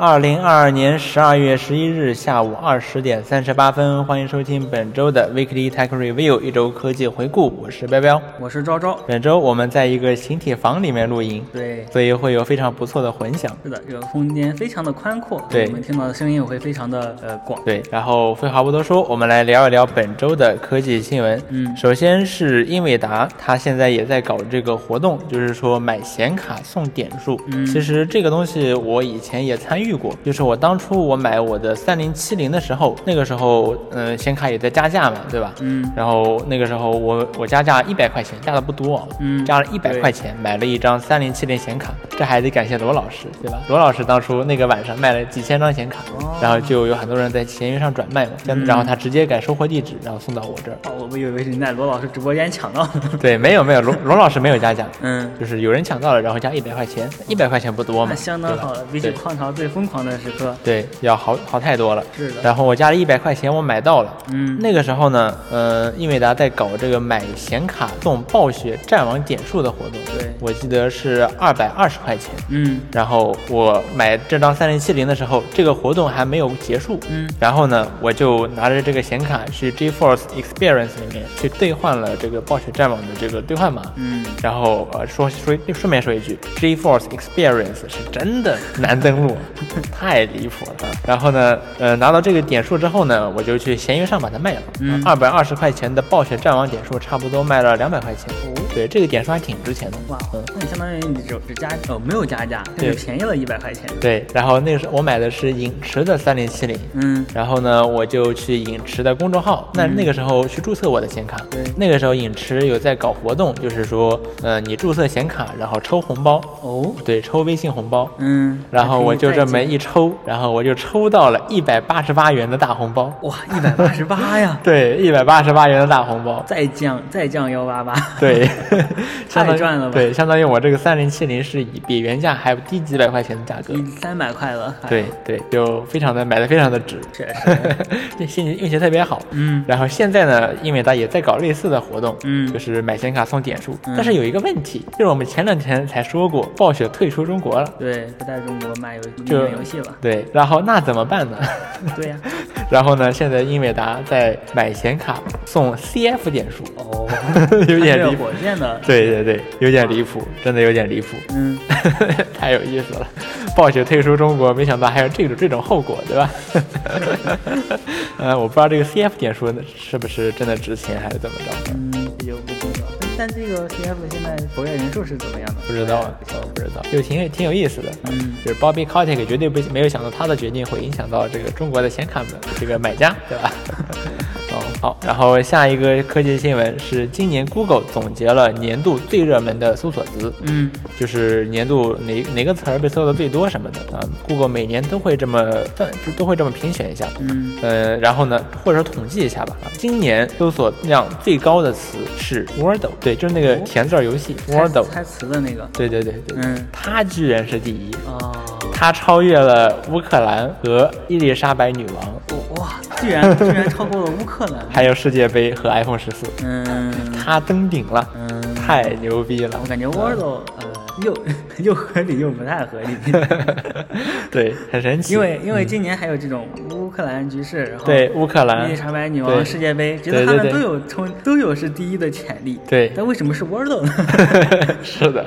二零二二年十二月十一日下午二十点三十八分，欢迎收听本周的 Weekly Tech Review 一周科技回顾，我是彪彪。我是昭昭。本周我们在一个形体房里面录音，对，所以会有非常不错的混响。是的，这个空间非常的宽阔，对我们听到的声音也会非常的呃广。对，然后废话不多说，我们来聊一聊本周的科技新闻。嗯首先是英伟达，它现在也在搞这个活动，就是说买显卡送点数。嗯其实这个东西我以前也参与过，就是我当初我买我的三零七零的时候，那个时候嗯、显卡也在加价嘛，对吧？嗯然后那个时候我我加价一百块钱，加的不多啊，嗯加了一百对块钱买了一张三零七零显卡，这还得感谢罗老师，对吧？罗老师当初那个晚上卖了几千张显卡，哦然后就有很多人在闲鱼上转卖嘛，嗯然后他直接改收货地址，然后送到我这儿。哦，我以为是你在罗老师直播间抢到的。 对，没有没有，罗罗老师没有加价，嗯， 就是有人抢到了，然后加一百块钱，一百块钱不多嘛，那相当对吧好了，比起对矿潮最疯狂的时刻。对，要好好太多了。是的。然后我加了一百块钱，我买到了。嗯，那个时候呢，呃，英伟达在搞这个买显卡送暴雪战网点数的活动，对我记得是二百二十块钱。嗯然后我买这张三零七零的时候，这个活动还没有结束。嗯然后呢，我就拿着这个显卡去 GeForce Experience 里面去兑换了这个暴雪战网的这个兑换码。嗯，然后呃，说说顺便说一句，GeForce Experience 是真的难登录，太离谱了。然后呢，呃，拿到这个点数之后呢，我就去闲鱼上把它卖了，嗯二百二十块钱的暴雪战网点数，差不多卖了两百块钱。哦，对，这个点数还挺值钱的。哇呃嗯，那你相当于你只只加哦没有加价，但对是便宜了一百块钱。对，然后那个时候我买的是影驰的三零七零，嗯然后呢，我就去影驰的公众号，那嗯那个时候去注册我的显卡。对那个时候影驰有在搞活动，就是说，呃，你注册显卡，然后抽红包，哦对，抽微信红包。嗯，然后我就这么还可以一抽，然后我就抽到了一百八十八元的大红包。，再哇一百八十八呀对，一百八十八元的大红包。再降再降幺 八八。 对，相当于赚了吧对，相当于我这个三零七零是以比原价还低几百块钱的价格。一三百块了，哎对，对，就非常的买的非常的值。确实，这心情 运气特别好。嗯然后现在呢，英伟达也在搞类似的活动，嗯就是买显卡送点数。嗯但是有一个问题，就是我们前两天才说过，暴雪退出中国了。对，不在中国卖游就卖嗯游戏了，对，然后那怎么办呢？对呀、然后呢，现在英伟达在买显卡送 CF 点 数，哦，有它点是离有谱。火箭的，对对对，有点离谱，真的有点离谱， 嗯，太有意思了。暴雪退出中国，没想到还有这种这种后果，对吧？ 呃，我不知道这个 CF 点数是不是真的值钱，还是怎么着？嗯，这就不清楚了。但但这个 CF 现在活跃人数是怎么样的？不知道，啊，不知道，就挺挺有意思的。嗯，就是 Bobby Kotick 绝对不没有想到他的决定会影响到这个中国的显卡们这个买 家，对吧？哦，好，然后下一个科技新闻是今年 Google 总结了年度最热门的搜索词，嗯，就是年度哪哪个词儿被搜的最多什么的啊。Google 每年都会这么算，都会这么评选一下。嗯，呃，然后呢，或者说统计一下吧。啊今年搜索量最高的词是 Wordle，对，就是那个哦填字儿游戏 Wordle。猜猜词的那个，对对对对，嗯，它居然是第一，哦，它超越了乌克兰和伊丽莎白女王，哦哇，居然居然超过了乌克兰，还有世界杯和 iPhone 十四，嗯它登顶了，嗯，太牛逼了 我！感觉 Wordle 呃又 又合理又不太合 理。对，很神奇。因为因为今年还有这种乌克兰局势，然后对乌克伊兰丽，莎白女对王世界杯，觉对得他对对们都有冲都有是第一的潜力。对但为什么 是 Wordle 呢？ 是的，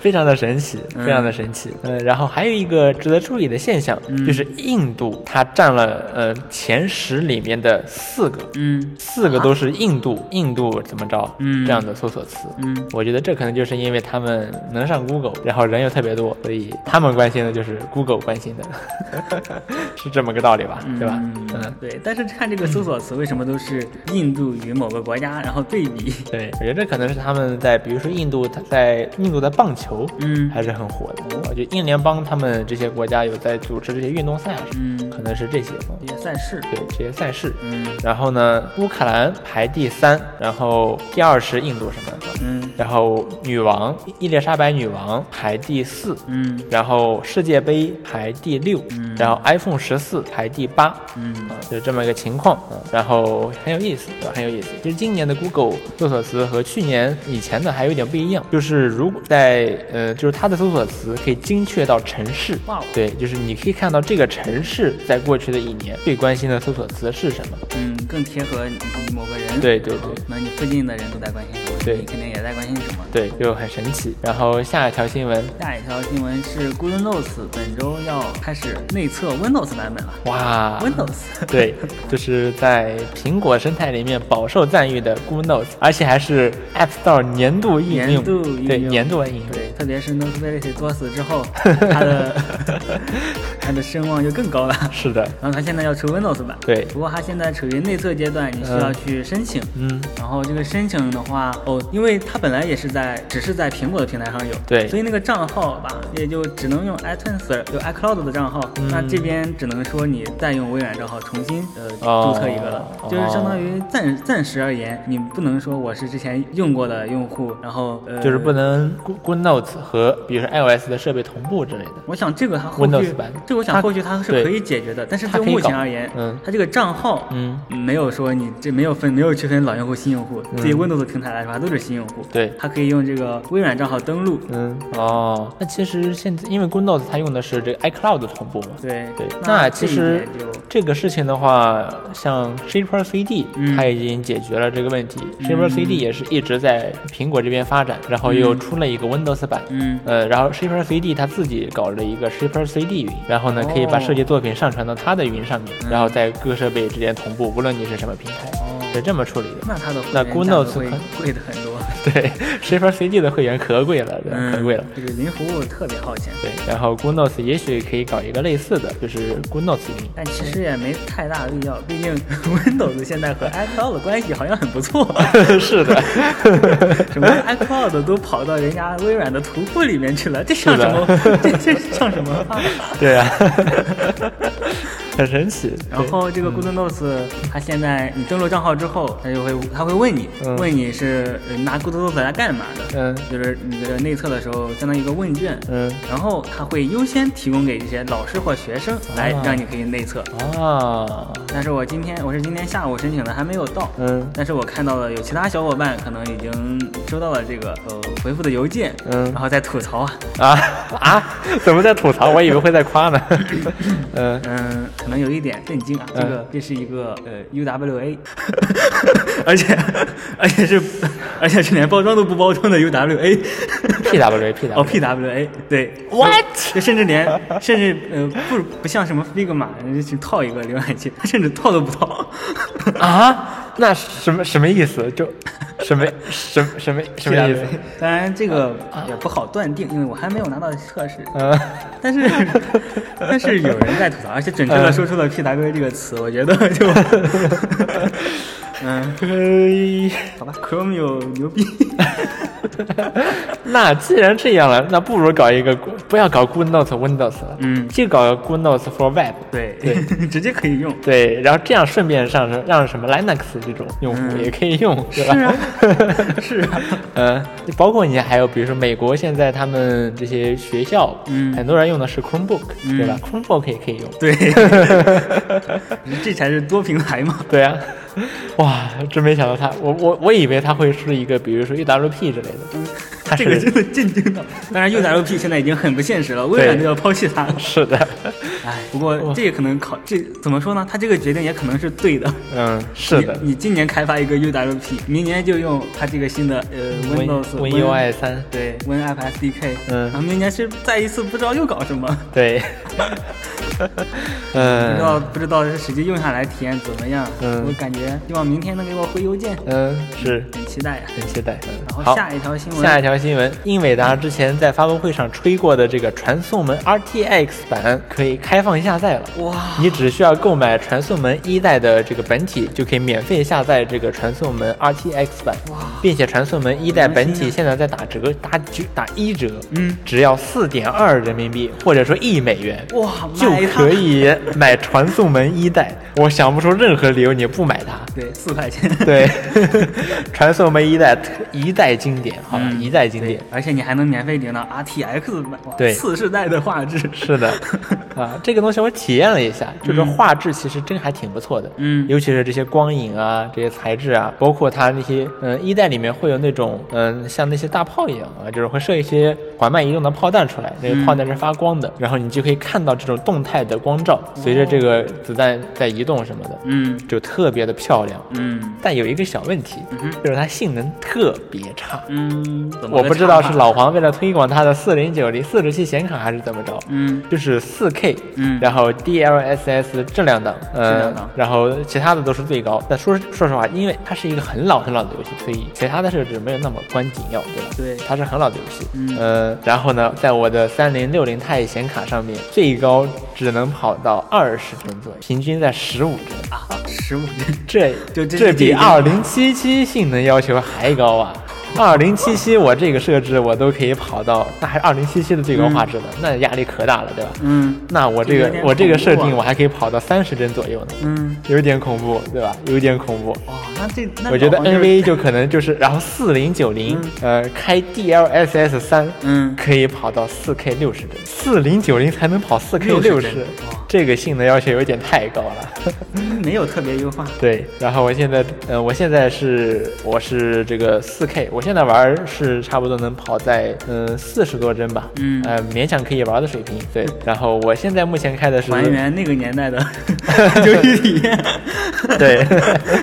非常的神奇，非常的神奇。嗯、然后还有一个值得注意的现象，嗯就是印度它占了呃前十里面的四个，嗯四个都是印度，印度怎么着？啊嗯这样的搜索词。嗯，我觉得这可能就是因为他们能上 Google，然后人又特别多，所以他们关心的就是 Google 关心的， 是这么个道理吧？对吧？嗯，对。但是看这个搜索词，为什么都是印度与某个国家，然后对比？对，我觉得这可能是他们在，比如说印度，它在印度的棒球嗯还是很火的。我觉得英联邦他们这些国家有在组织这些运动赛事，嗯，可能是这些，嗯一些赛事。对这些赛事。嗯然后呢，乌克兰排第三，然后第二是印度什么的，嗯然后女王伊丽莎白女王排第四，嗯然后世界杯排第六，然后 iPhone 十四排第八，发，嗯啊，就这么一个情况，啊然后很有意思，对吧？很有意思。其实今年的 Google 搜索词和去年以前的还有点不一样，就是如果在呃，就是它的搜索词可以精确到城市哇哦，对，就是你可以看到这个城市在过去的一年最关心的搜索词是什么。嗯，更贴合你某个人。对对对好那你附近的人都在关心什么？对你肯定也在关心什么。对，就很神奇。然后下一条新闻，下一条新闻是 Google Notes 本周要开始内测 Windows 版本了。哇 Windows，啊对，就是在苹果生态里面饱受赞誉的 Google Notes，而且还是 App Store 年度应用，年度应对用年度应用，对，特别是 Notability 作死之后，它的它的声望就更高了。是的，然后它现在要出 Windows 版，对不过它现在处于内测阶段，你需要嗯去申请。嗯，然后这个申请的话，哦，因为它本来也是在，只是在苹果的平台上有，对所以那个账号吧，也就只能用 iTunes 有 iCloud 的账号，嗯那这边只能说你再用微软账号重新呃、哦注册一个了，就是相当于暂暂时而言，你不能说我是之前用过的用户，然后呃就是不。能 Goo- Google Notes 和比如说 iOS 的设备同步之类的。我想这个它后 Windows 续版，这个我想它后续它是对可以解决的，但是它就可以目前搞而言，嗯它这个账号，嗯，没有说你这没有分没有区分老用户新用户，对于 Windows 平台来说，它都是新用户。对它可以用这个微软账号登录。嗯，哦，那其实现在因为 Google Notes 它用的是这个 iCloud 的同步嘛，对对，那那其这一实点就这个事情的话，像 Shaper CD，、嗯它已经解决了这个问题。嗯 Shaper CD 也是一直在苹果这边发展，然后又出了一个 Windows 版。嗯呃，然后 Shaper CD 它自己搞了一个 Shaper CD 云，然后呢哦可以把设计作品上传到它的云上面，嗯然后在各设备之间同步，无论你是什么平台，哦，是这么处理的。那它的那会员 Google 价格 Notes 会可贵的很多。 嗯对，Shaper CD 的会员可贵了，对吧可贵了。，这个云服务特别耗钱，对，然后 Good Notes 也许可以搞一个类似的，就是 Good Notes 云。但其实也没太大必要，毕竟 Windows 现在和 iCloud 的关系好像很不 错， 是的，什么 iCloud 都跑到人家微软的图库里面去了，这像是什的么？这这像什 么话？对啊，很神奇。然后这个嗯 Google Notes，它现在你登录账号之后，它就会它会问你，嗯问你是呃拿 Google Notes 来干嘛的，嗯就是你的内测的时候相当于一个问卷，嗯然后它会优先提供给这些老师或学生来啊让你可以内测。啊但是我今天我是今天下午申请的，还没有到。嗯但是我看到了有其他小伙伴可能已经收到了这个呃回复的邮件，嗯然后在吐槽啊，啊啊！怎么在吐槽？我以为会在夸呢。 嗯嗯，可能有一点震惊啊，嗯这个这是一个呃 UWA，而且而且是而且是连包装都不包装的 UWA， ，P W P 哦 W PWA，对 What？就甚至连甚至呃不不像什么 Figma 就去套一个 浏览器，它甚至套都 不套，哦啊？那什么什么意思？就什么什么什么什么意思？啊当然这个也不好断定，因为我还没有拿到测试，嗯 但是但是有人在吐槽，而且准确啊的说出了 PWA 这个词，我觉得 就嗯。嘿，好吧，Chrome 有牛逼，那既然这样了，那不如搞一个不要搞 Good Notes Windows 了，嗯就搞 Good Notes for Web。 对对 直接可以用。对，然后这样顺便上升让什么 Linux 这种用户嗯也可以用，对吧？是啊， 是啊，嗯，包括你还有比如说美国现在他们这些学校，嗯很多人用的是 Chromebook，、嗯对吧？Chromebook 也可以用， 对，这才是多平台嘛。对啊， 哇，真没想到他，我我我以为他会是一个比如说 UWP 之类的，他这个是真的震惊到。当然，UWP 现在已经很不现实了，微软都要抛弃它了。 是的，哎，不过这也可能考这怎么说呢？它这个决定也可能是对的。嗯，是的你，你今年开发一个 UWP，明年就用它这个新的呃 Windows Win UI 三，对 WinApp SDK，嗯然后明年是再一次不知道又搞什么。对， 不知嗯道不知道实际用下来体验怎么样？嗯我感觉希望明天能给我回邮件，嗯，是很期待呀、很期待。然后好。下一条新闻，下一条新闻，英伟达之前在发布会上吹过的这个传送门 RTX 版可以开放下载了。哇，你只需要购买传送门一代的这个本体，就可以免费下载这个传送门 RTX 版哇，并且传送门一代本体良现在在打折，打九打一折，啊嗯只要四点二人民币，或者说一美元，哇，就一套可，以买传送门一代，我想不出任何理由你不买它。对，四块钱，对， 传送门一代一代经典，好吧，嗯一代经典对， 而且你还能免费领到 RTX 版，哇对次世代的画质，是 的，啊，这个东西我体验了一下，就是画质其实真还挺不错的，嗯尤其是这些光影啊，这些材质啊，包括它那些，嗯，一代里面会有那种，嗯，像那些大炮一样啊，就是会射一些缓慢移动的炮弹出来，那嗯个炮弹是发光的，然后你就可以看到这种动态的光照，随着这个子弹在移动什么的，哦嗯就特别的漂亮。嗯但有一个小问题，就是它性能特别差。嗯，怎么我个不知道差是法，老黄为了推广它的四零九零四十系显卡还是怎么着，嗯就是4 K，嗯然后 DLSS 质量档，质呃量档，然后其他的都是最高。但说说实话，因为它是一个很老很老的游戏，所以其他的设置没有那么关紧要，对吧？对它是很老的游戏，嗯呃，然后呢，在我的3060 Ti 显卡上面，最高只能跑到二十帧左右，平均在十五帧。啊，十五帧，这就这这这已比经二零七七性能要求还高啊！二零七七我这个设置我都可以跑到，那还二零七七的最高画质呢，那压力可大了，对吧？嗯那我这这有个点我这个设恐定怖啊我还可以跑到三十帧左右呢，嗯，有点恐怖，对吧？有点恐怖。哇，那这那我觉得老黄就是 NVA 就可能 就是，然后四零九零呃开 DLSS 三，嗯可以跑到四 K 六十帧，四零九零才能跑四 K 六60帧十哇，这个性能要求有点太高了。 没有特别优化，对，然后我现在，呃，我现在是我是这个四 K，我现在玩儿是差不多能跑在嗯四十多帧吧，嗯呃，勉强可以玩的水平。对，然后我现在目前开的是还原那个年代的 游戏体验，对，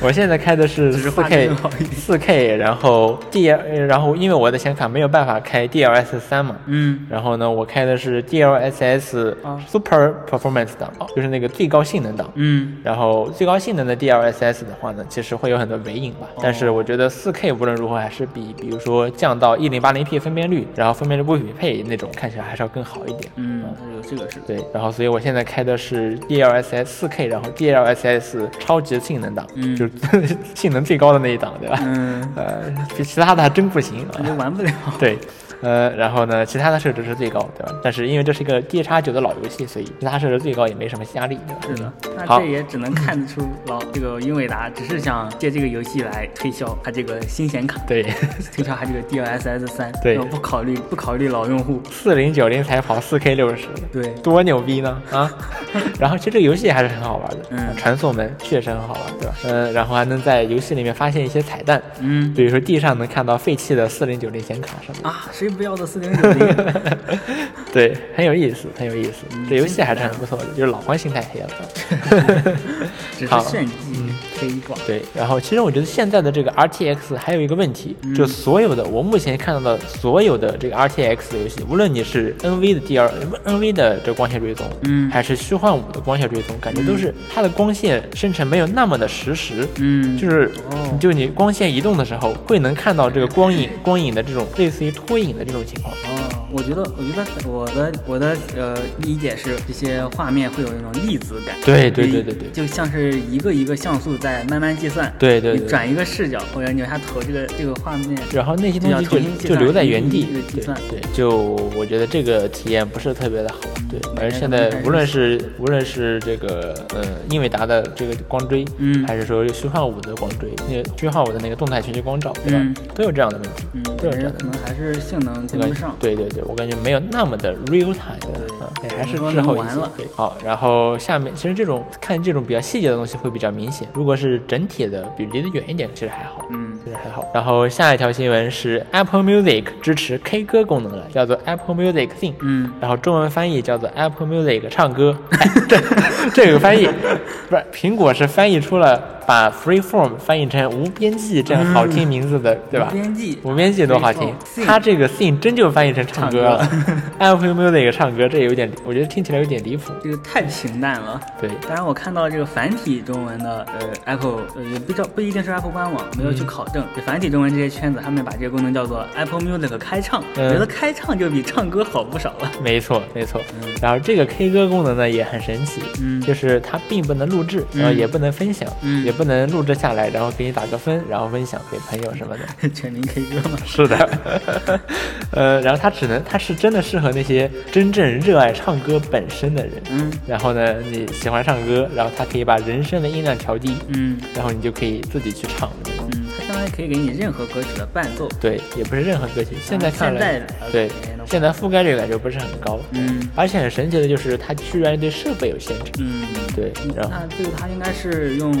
我现在开的是只是四画 K，质更好一点四 K，然后 D，呃然后因为我的显卡没有办法开 DLS 三嘛， 嗯然后呢，我开的是 DLSS 啊 Super Performance 档，就是那个最高性能档。嗯然后最高性能的 DLSS 的话呢，其实会有很多尾影吧，哦但是我觉得 4K 无论如何还是比，比如说降到 1080p 分辨率，然后分辨率不匹配那种看起来还是要更好一点。嗯，它有这个是对，然后所以我现在开的是 DLSS 4K，然后 DLSS 超级性能档，嗯就是 性能最高的那一档，对吧？嗯，呃，其其他的还真不行啊那。就玩不了，对，呃，然后呢，其他的设置是最高，对吧？但是因为这是一个 D X 九的老游戏，所以其他设置最高也没什么压力，对吧？是的，那好这也只能看得出老这个英伟达 只是想借这个游戏来推销它这个新显 卡，对，推销它这个 DLSS 三，对然后不考虑不考虑老用户，四零九零才跑四 K 六十，对多牛逼呢 啊！然后其实这个游戏还是很好玩的，嗯传送门确实很好玩，对吧？嗯，然后还能在游戏里面发现一些彩蛋，嗯比如说地上能看到废弃的四零九零显卡什么的，啊，谁不要的四零 九零？对，很有意思，很有意思。嗯这游戏还是很不错的，就是老黄心太黑了。只是好炫技推广，对，然后其实我觉得现在的这个 RTX 还有一个问题，嗯就所有的我目前看到的所有的这个 RTX 的游戏，无论你是 NV 的 DL、NV 的这光线追踪，嗯还是虚幻五的光线追踪，感觉都是它的光线生成没有那么的实时，嗯，就是哦就你光线移动的时候，会能看到这个光影光影的这种类似于拖影的这种情况。哦，我觉得，我觉得我的我的呃理解是，这些画面会有那种粒子感。对对对你对对就像是一个一个像素在慢慢计算。对对对你转一个视角或者扭下头，这个这个画面然后那些东西就要重新计就就算留在原地一个一个，计对算对，就我觉得这个体验不是特别的好，对。而现嗯在那可能还是无论是无论是这个呃英伟达的这个光追，嗯还是说虚幻五的光追，那个虚幻五的那个动态全息光照，对吧？嗯都有这样的问题，嗯，都但有这是样的可问能题。还是性能我跟感觉不上。对对对，我感觉没有那么的 real time 的，嗯，对，还是滞后一玩些了。对，好，然后下面其实这种看这种比较细节的东西会比较明显，如果是整体的，比离得远一点，其实还好。嗯，其实还好。然后下一条新闻是 Apple Music 支持 K 歌功能了，叫做 Apple Music Sing。嗯，然后中文翻译叫做 Apple Music 唱歌。 哎、这这个翻译不是苹果是翻译出了把 Freeform 翻译成无边际这样好听名字的，对吧？无边际无边际多好听 Freeform，Sing。它这个 Sing 真就翻译成唱歌了唱。 Apple Music 唱歌，这有点，我觉得听起来有点离谱。这个太平淡了。对，当然，我看到这个繁体中文的，呃，Apple，呃，也不知道不一定是 Apple 官网，没有嗯去考证。这繁体中文这些圈子，他们把这个功能叫做 Apple Music 开唱，嗯觉得开唱就比唱歌好不少了。 没错，没错。然后这个 K 歌功能呢也很神奇，嗯就是它并不能录制，然后也不能分享，嗯也不能录制下来， 然后给你打个分，然后分享给朋友什么的。全民 K 歌嘛，是的， 呃，然后它只能，它是真的适合那些真正热爱唱歌本身的人。嗯然后呢，你喜欢唱歌，然后它可以把人声的音量调低，嗯然后你就可以自己去唱。嗯，它将来可以给你任何歌曲的伴奏。对，也不是任何歌曲，现在看来，啊现在对 OK，那，我现在覆盖率感觉不是很高。嗯而且很神奇的就是，它居然对设备有限制。嗯，对，然后。那这个它应该是用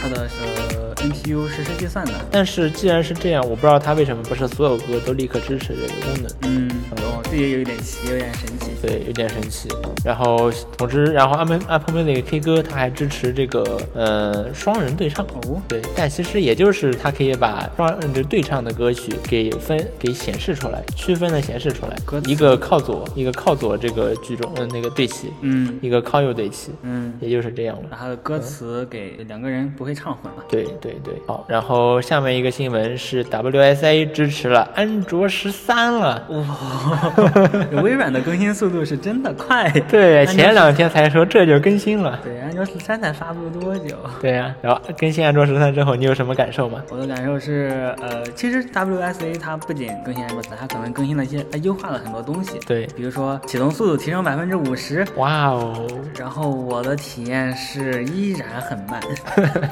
它的呃 NPU 实时计算的。但是既然是这样，我不知道它为什么不是所有歌都立刻支持这个功能。嗯，哦，这也有点奇，有点神奇。对，有点神奇。然后，总之，然后 Apple Apple Music K 歌它还支持这个呃双人对唱。哦，对，但其实也就是它可以把双人的对唱的歌曲给分给显示出来，区分的显示出来歌，词一个靠左，一个靠左这个居中，嗯、那个对齐，嗯一个靠右对齐，嗯，也就是这样了把。它的歌词给两个人不会唱混了。对对对，好，然后下面一个新闻是 WSI 支持了安卓十三了。哇，微软的更新速度是真的快。对，安卓前两天才说这就更新了。对，安卓十三才发布多久？对呀、然后更新安卓十三之后，你有什么感受吗？我的感受是，呃，其实 WSA 它不仅更新 m s 它可能更新了一些，它优化了很多东西，对比如说启动速度提升百分之五十，哇哦，然后我的体验是依然很 慢，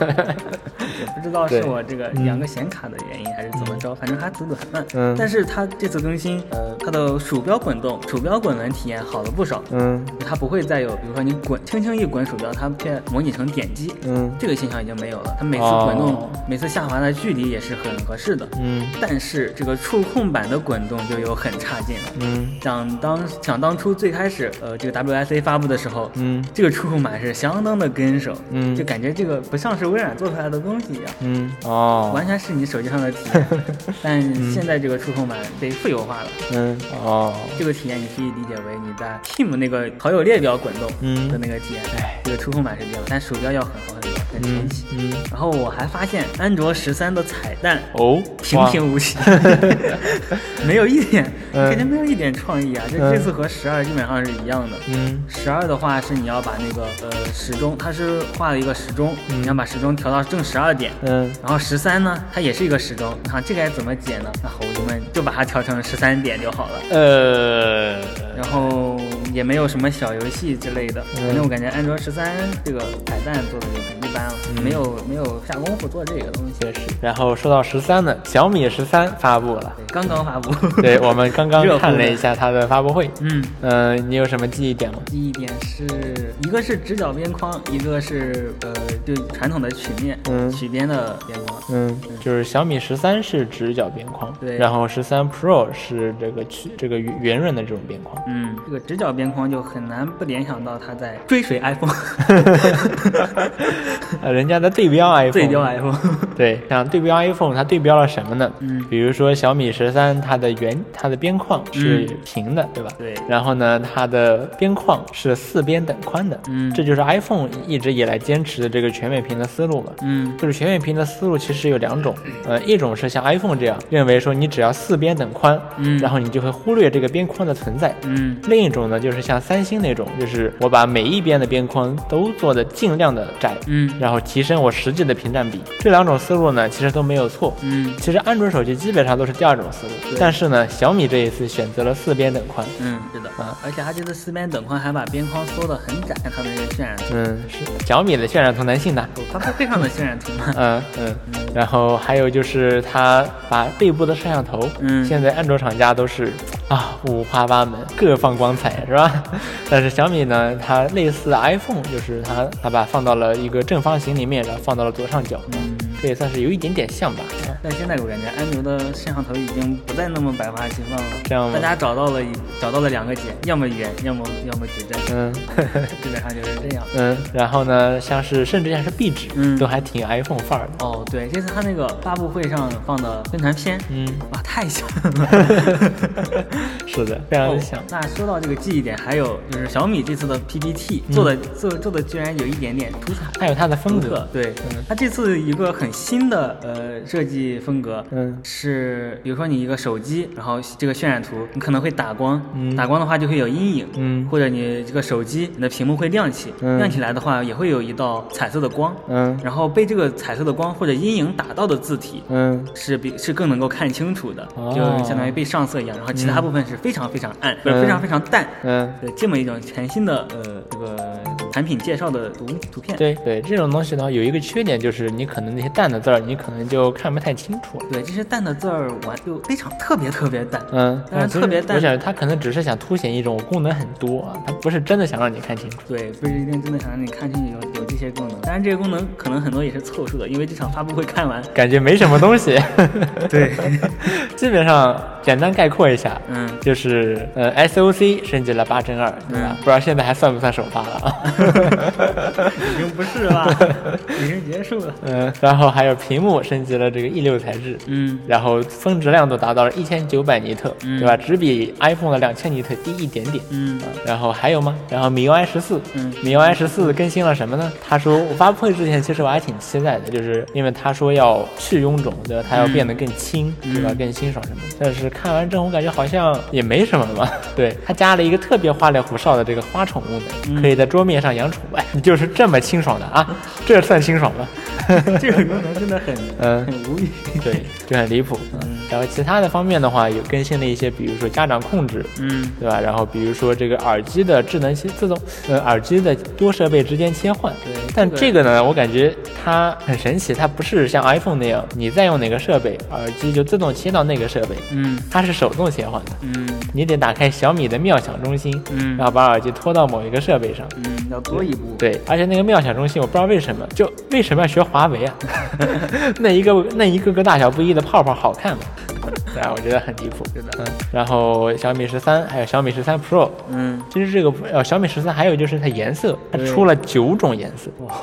也不知道是对我这个两个显卡的原因还是怎么着，反正它速度很慢。嗯但是它这次更新，呃，它的鼠标滚动、鼠标滚轮体验好了不少，嗯它不会再有，比如说你滚轻轻一滚鼠标，它变模拟成点击，嗯这个现象已经没有了。它每次哦滚动、每次下滑的距离也是很合适的。嗯但是这个触控板的滚动就有很差劲了。嗯想当想当初最开始，呃，这个 WSA 发布的时候，嗯这个触控板是相当的跟手，嗯就感觉这个不像是微软做出来的东西一样，嗯，哦，完全是你手机上的体 验。但现在这个触控板被富有化了，嗯哦，这个体验你可以理解为你在 Team 那个好友列表滚动嗯的那个体验，哎这个触控板是这样，但鼠标要很好很多，很神嗯奇。嗯然后我还发现安卓十三的彩蛋哦，平哇，平 无奇，没有一点，嗯感觉没有一点创意啊！就嗯这次和十二基本上是一样的。嗯十二的话是你要把那个呃时钟，它是画了一个时钟，嗯你要把时钟调到正十二点。嗯然后十三呢，它也是一个时钟，啊，这该怎么解呢？那猴子们就把它调成十三点就好了。呃，然后也没有什么小游戏之类的，反正我感觉安卓十三这个彩蛋做的就很一般了，嗯没有没有下功夫做这个东西。确实。然后说到十三呢，小米十三发布了，对刚刚发布。 对我们刚刚热乎看了的一下它的发布会，嗯，嗯、你有什么记忆点吗？第一点是一个是直角边框，一个是呃，就传统的曲面、嗯曲边的边框。嗯，就是小米十三是直角边框，对然后十三 Pro 是这个曲这个圆圆润的这种边 框，嗯，这个直角边框就很难不联想到它在追 随 iPhone，呃，人家在对标 iPhone，对标 iPhone。 对，像对标 iPhone，它对标了什么呢？嗯比如说小米十三，它的圆它的边框是平的，对吧？嗯对然后呢，它的边框是四边等宽的，嗯这就是 iPhone 一直以来坚持的这个全面屏的思路嘛。嗯就是全面屏的思路其实有两种，呃，一种是像 iPhone 这样认为说你只要四边等宽，嗯然后你就会忽略这个边框的存在。嗯另一种呢，就是像三星那种，就是我把每一边的边框都做的尽量的窄，嗯然后提升我实际的屏占比。这两种思路呢，其实都没有错。嗯其实安卓手机基本上都是第二种思路，但是呢，小米这一次选择了四边等宽。嗯，是的啊。而且它这次四边等宽还把边框缩得很窄，它的这个渲染图，嗯，是小米的渲染图男性的。它配上的渲染图嘛。嗯嗯，然后还有就是它把背部的摄像头，嗯现在安卓厂家都是啊五花八门，各放光彩是吧？ 但是小米呢，它类似 iPhone，就是它它把放到了一个正方形里面，然后放到了左上角，嗯。这也算是有一点点像吧。但现在我感觉安卓的摄像头已经不再那么百花齐放了，这样吗大家找到了一找到了两个解，要么圆，要么要么矩阵，嗯。 基本上就是这样。嗯，然后呢，像是甚至像是壁纸，嗯都还挺 iPhone 范儿的。哦，对，这次他那个发布会上放的宣传片， 嗯， 哇，太像了，是的，非常哦的像。那说到这个记忆点，还有就是小米这次的 PPT 嗯做的、做做的居然有一点点出彩。它有它的风独格特，，对嗯，它这次一个很新的呃设计风格，嗯是比如说你一个手机，然后这个渲染图你可能会打光，嗯打光的话就会有阴影，嗯或者你这个手机你的屏幕会亮起，嗯亮起来的话也会有一道彩色的光，嗯然后被这个彩色的光或者阴影打到的字体嗯是比是更能够看清楚的，哦就相当于被上色一样，然后其他部分是非常非常暗，嗯不是非常非常淡，嗯，对，这么一种全新的呃这个产品介绍的图图片。 对对，这种东西呢有一个缺点就是你可能那些淡的字儿你可能就看不太清楚。对，这些淡的字儿完就非常特别特别淡，嗯，但是嗯其实特别淡我想它可能只是想凸显一种功能很多啊，它不是真的想让你看清楚。对，不是一定真的想让你看清楚有有这些功能。当然，这些功能可能很多也是凑数的，因为这场发布会看完，感觉没什么东西。 对，基本上简单概括一下，嗯就是呃，SOC 升级了八针二，对吧？嗯不知道现在还算不算首发了啊？ 已经不是 了，已经结束了。嗯，然后还有屏幕升级了这个 E 六材质，嗯，然后峰值亮度达到了一千九百尼特，嗯对吧？只比 iPhone 的两千尼特低一点点。嗯啊然后还有吗？然后米 UI 十四，嗯米 UI 十四更新了什么呢？他说，我发布会之前其实我还挺期待的，就是因为他说要去臃肿，对吧？它要变得更轻，对吧？嗯更清爽什么的。但是看完之后，我感觉好像也没什么 嘛。对，他加了一个特别花里胡哨的这个花宠功嗯能，可以在桌面上养宠物。哎， 你就是这么清爽的啊？这算清爽 吗？这个功能真的很嗯，很 无语。对，就很离谱。嗯，然后其他的方面的话，有更新了一些，比如说家长控制，嗯对吧？然后比如说这个耳机的智能切自动，呃，耳机的多设备之间切换。对但这这个呢，我感觉它很神奇，它不是像 iPhone 那样，你再用哪个设备，耳机就自动切到那个设备，嗯它是手动切换的。嗯你得打开小米的妙享中心，嗯然后把耳机拖到某一个设备上。嗯，要多一步。啊对，而且那个妙享中心，我不知道为什么，就为什么要学华为啊？ 那一个那一个个大小不一的泡泡好看吗？ 对啊，我觉得很离谱。是的嗯，然后小米十三，还有小米十三 Pro，嗯，其实这个呃小米十三还有就是它颜色，它对出了九种颜色，哇，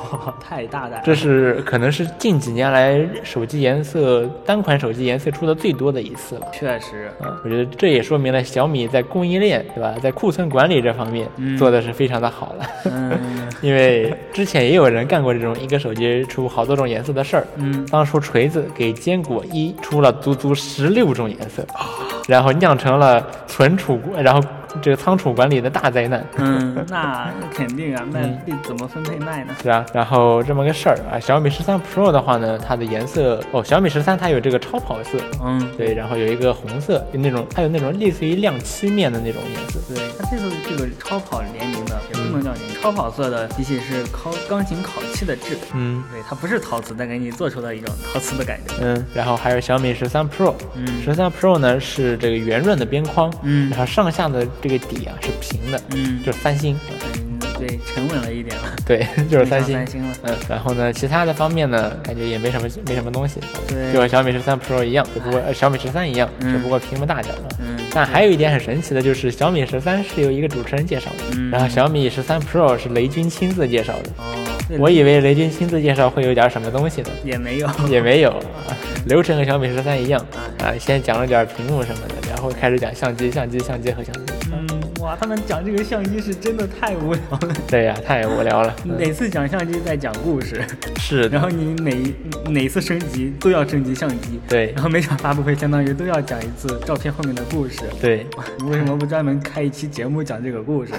太大胆了。这是可能是近几年来手机颜色单款手机颜色出的最多的一次了。确实，啊，我觉得这也说明了小米在供应链对吧，在库存管理这方面嗯做的是非常的好了。嗯 因为之前也有人干过这种一个手机出好多种颜色的事儿。嗯，当初锤子给坚果一出了足足十六种颜色，啊然后酿成了存储，然后这个仓储管理的大灾难。嗯， 那肯定啊，卖嗯被怎么分配卖呢？是啊，然后这么个事儿啊，小米十三 Pro 的话呢，它的颜色哦，小米十三它有这个超跑色，嗯，对，然后有一个红色，有那种它有那种类似于亮漆面的那种颜色，对，它这次这个超跑联名的也不能叫联名，超跑色的机器是烤钢琴烤漆的质感。嗯对，它不是陶瓷，但给你做出了一种陶瓷的感觉。嗯，然后还有小米十三 Pro，嗯十三 Pro 呢是这个圆润的边框，嗯然后上下的这个底啊是平的，嗯就是三星，嗯，对，沉稳了一点了，对， 就是三星三。星了。嗯，然后呢，其他的方面呢，感觉也没什么没什么东西，对就和小米十三 Pro 一样，只不过、呃小米十三一样，嗯只不过屏幕大点了。嗯但还有一点很神奇的就是，小米十三是由一个主持人介绍的，嗯然后小米十三 Pro 是雷军亲自介绍的。哦，我以为雷军亲自介绍会有点什么东西呢，也没有。也没有。流程和小米十三一样啊啊，先讲了点屏幕什么的，然后开始讲相机、相机、相机和相机。嗯，哇，他们讲这个相机是真的太无聊了。对呀、太无聊了。每次讲相机在讲故事，是然的，后你哪哪次升级都要升级相机，对然后每场发布会相当于都要讲一次照片后面的故事。 对，你为什么不专门开一期节目讲这个 故事？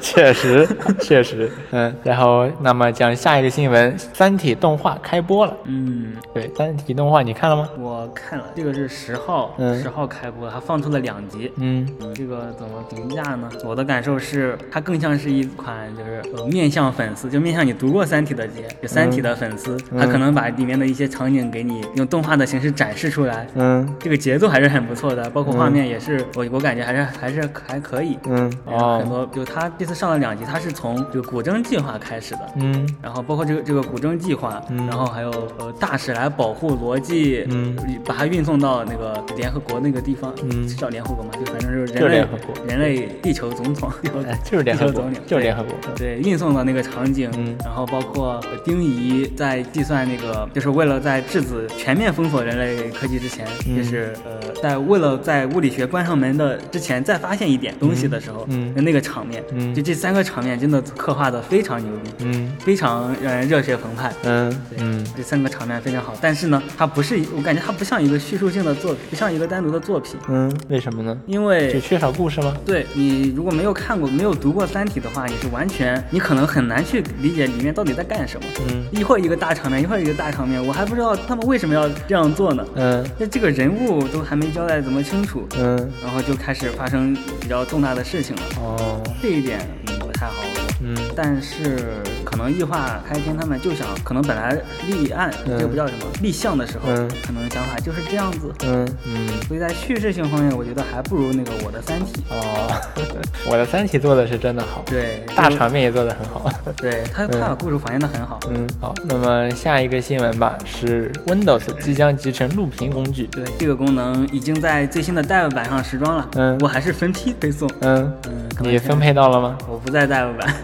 确实，确实，嗯，然后那么讲下一个新闻，《三体》动画开播了。嗯，对，《三体》动画你看了吗？我看了，这个是十号，嗯十号开播，它放出了两集。嗯嗯这个怎么评价呢？我的感受是，它更像是一款就是呃面向粉丝，就面向你读过《三体》的节，有《三嗯体》的粉丝，它可能把里面的一些场景给你用动画的形式展示出来。嗯这个节奏还是很不错的，包括画面也是，我我感觉还是还是还可以。嗯然后哦很多，就它这次上了两集，它是从这个古筝计划开始的，嗯然后包括这个这个古筝计划，嗯然后还有呃大使来保护逻辑，嗯把它运送到那个联合国那个地方，嗯是叫联合国嘛，就反正就是就联人类合国国，人类地球总统，哎就是联合地球国总理，就是联合国。对，运送到那个场景，嗯然后包括丁仪在计算那个，就是为了在质子全面封锁人类科技之前，嗯就是呃，在为了在物理学关上门的之前再发现一点东西的时候，嗯那个场面，嗯就这三个场面真的刻画的非常牛逼，嗯非常让人热血澎湃。嗯对嗯，这三个场面非常好，但是呢，它不是，我感觉它不像一个叙述性的作品，不像一个单独的作品，嗯，为什么呢？因为就缺少故事吗？对你如果没有看过、没有读过《三体》的话，你是完全你可能很难去理解里面到底在干什么。嗯一会儿一个大场面，一会儿一个大场面，我还不知道他们为什么要这样做呢。嗯那这个人物都还没交代怎么清楚，嗯，然后就开始发生比较重大的事情了。哦，这一点嗯不太好。嗯但是可能异化开天他们就想，可能本来立案嗯这个不叫什么立项的时候嗯，可能想法就是这样子。嗯嗯，所以在叙事性方面，我觉得还不如那个我的《三体》。哦，我的《三体》做的是真的好，对，大就场面也做的很 好。对他他把故事还原的很好。嗯，好，那么下一个新闻吧，是 Windows 即将集成录屏工具。对这个功能已经在最新的 Dev 版上时装了，嗯我还是分批推送，嗯，嗯，可能你现在分配到了吗？我不在 Dev 版，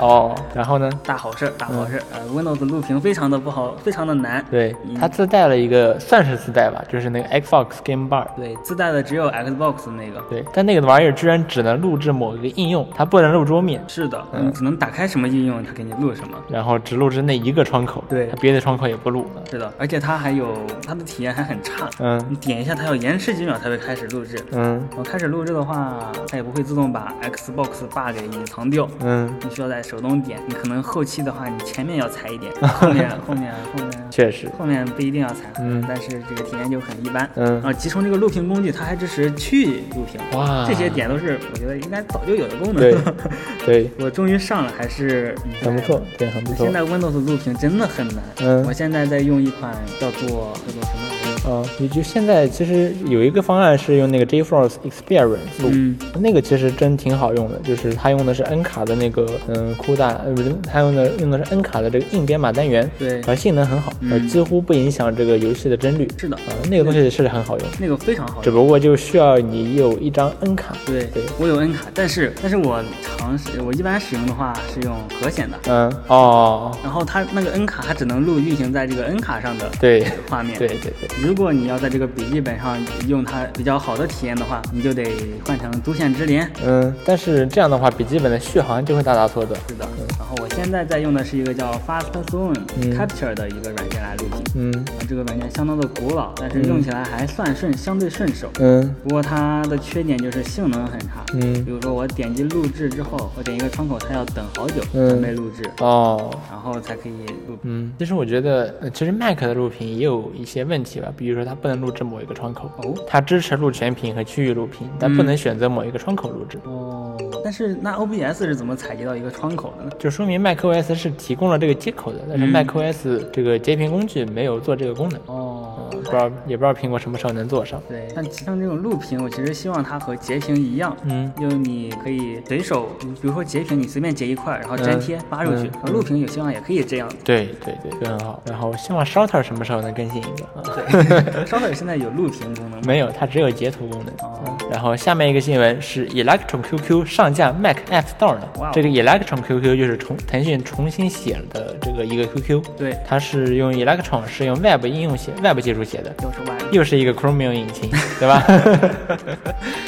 哦，然后呢？大好嗯事儿，大好事儿，呃，Windows 录屏非常的不好，非常的难，对，嗯它自带了一个，算是自带吧，就是那个 Xbox Game Bar。对，自带的只有 Xbox 那个，对，但那个玩意儿居然只能录制某一个应用，它不能录桌面，是的，嗯你只能打开什么应用，它给你录什么，然后只录制那一个窗口，对它别的窗口也不录。是的，而且它还有它的体验还很差，嗯你点一下它要延迟几秒才会开始录制，嗯然后开始录制的话，它也不会自动把 Xbox bar 给隐藏掉，嗯，你需要在手动点，你可能后期的话，你前面要踩一点， 后面后面后面确实，后面不一定要踩，嗯但是这个体验就很一般。嗯啊，集成这个录屏工具，它还支持区域录屏，哇，这些点都是我觉得应该早就有的功能。对对， 我终于上了，还是很不错。，对，很不错现。在 Windows 录屏真的很难，嗯我现在在用一款叫做叫做什么？嗯，也就现在其实有一个方案是用那个 JFrog Experience 录，嗯那个其实真挺好用的，就是它用的是 N 卡的那个嗯 CUDA，呃不是，它用的用的是 N 卡的这个硬编码单元，对而性能很好，嗯呃几乎不影响这个游戏的帧率，是的啊、那个东西是很好用，那个非常好只用。不过就需要你有一张 N 卡，对对，我有 N 卡，但是但是我尝试，我一般使用的话是用和弦的，嗯，哦，然后它那个 N 卡它只能录运行在这个 N 卡上的对，画面。对对，对，如果你要在这个笔记本上用它比较好的体验的话，你就得换成独显直连。嗯，但是这样的话，笔记本的续航就会大打缩短，是的，然后我现在在用的是一个叫 Fast Zone 嗯 Capture 的一个软件来录屏。嗯啊这个软件相当的古老，但是用起来还算顺，相对顺手。嗯不过它的缺点就是性能很差。比嗯，如说我点击录制之后，我点一个窗口，它要等好久嗯才被录制，哦。然后才可以录。嗯，其实我觉得，呃其实 Mac 的录屏也有一些问题吧，比如说它不能录制某一个窗口，哦它支持录全屏和区域录屏，但不能选择某一个窗口录制，哦，但是那 OBS 是怎么采集到一个窗口的呢？就说明 macOS 是提供了这个接口的，但是嗯 macOS 这个截屏工具没有做这个功能，哦嗯，不知道也不知道苹果什么时候能做上。对，但像这种录屏，我其实希望它和截屏一样，嗯就你可以随手，比如说截屏，你随便截一块儿，然后粘贴嗯发出去嗯；而录屏有希望也可以这样子。对对对，就很好。然后希望 Shorter 什么时候能更新一个？嗯啊、 对，烧烤现在有录屏功能吗？没有，它只有截图功能。哦，然后下面一个新闻是 Electron QQ 上架 Mac App Store 了。哇哦这个 Electron QQ 就是重腾讯重新写的这个一个 QQ，对，它是用 Electron 是用 Web 应用写 Web 技术写的，又是外卖。又是一个 Chromium 引 擎，对吧？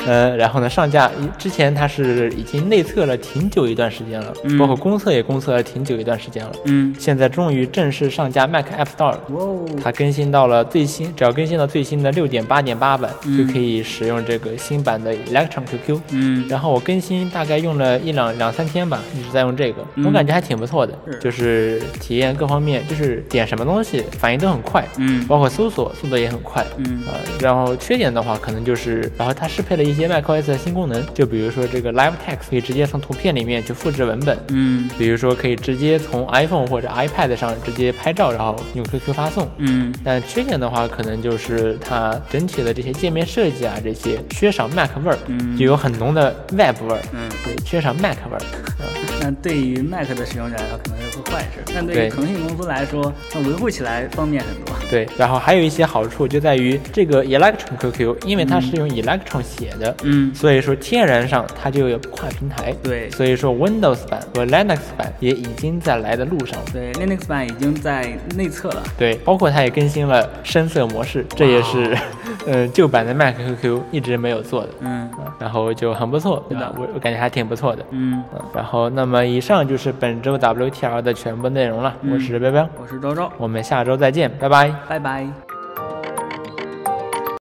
呃，然后呢，上架之前它是已经内测了挺久一段时间了，嗯包括公测也公测了挺久一段时间了，嗯，现在终于正式上架 Mac App Store 了。哇哦，它更新到了最新，只要更新到最新的六点八点八版，嗯就可以使用这个新版的 Electron QQ。嗯，然后我更新大概用了一两两三天吧，一直在用这个，嗯我感觉还挺不错的，是就是体验各方面，就是点什么东西反应都很快，嗯，包括搜索速度也很快。嗯，呃，然后缺点的话，可能就是，然后它适配了一些 macOS 的新功能，就比如说这个 Live Text 可以直接从图片里面去复制文本，嗯，比如说可以直接从 iPhone 或者 iPad 上直接拍照，然后用 QQ 发送。嗯，但缺点的话，可能就是它整体的这些界面设计啊，这些缺少 Mac 味儿，嗯就有很浓的 Web 味儿，嗯，对，缺少 Mac 味儿。嗯那对于 Mac 的使用者来说，可能是会坏事，但对对于腾讯公司来说，它维护起来方便很多。对，然后还有一些好处就在于这个 Electron QQ，因为它是用 Electron 写的，嗯所以说天然上它就有跨平台。对所以说 Windows 版和 Linux 版也已经在来的路上了。对，Linux 版已经在内测了。对，包括它也更新了深色模式，这也是， 呃，旧版的 Mac QQ 一直没有做的，啊嗯然后就很不错，对吧是？的我我感觉还挺不错的。嗯，嗯然后，那么以上就是本周 WTR 的全部内容了。我是彪彪，我是昭昭，我们下周再见，拜拜。拜拜。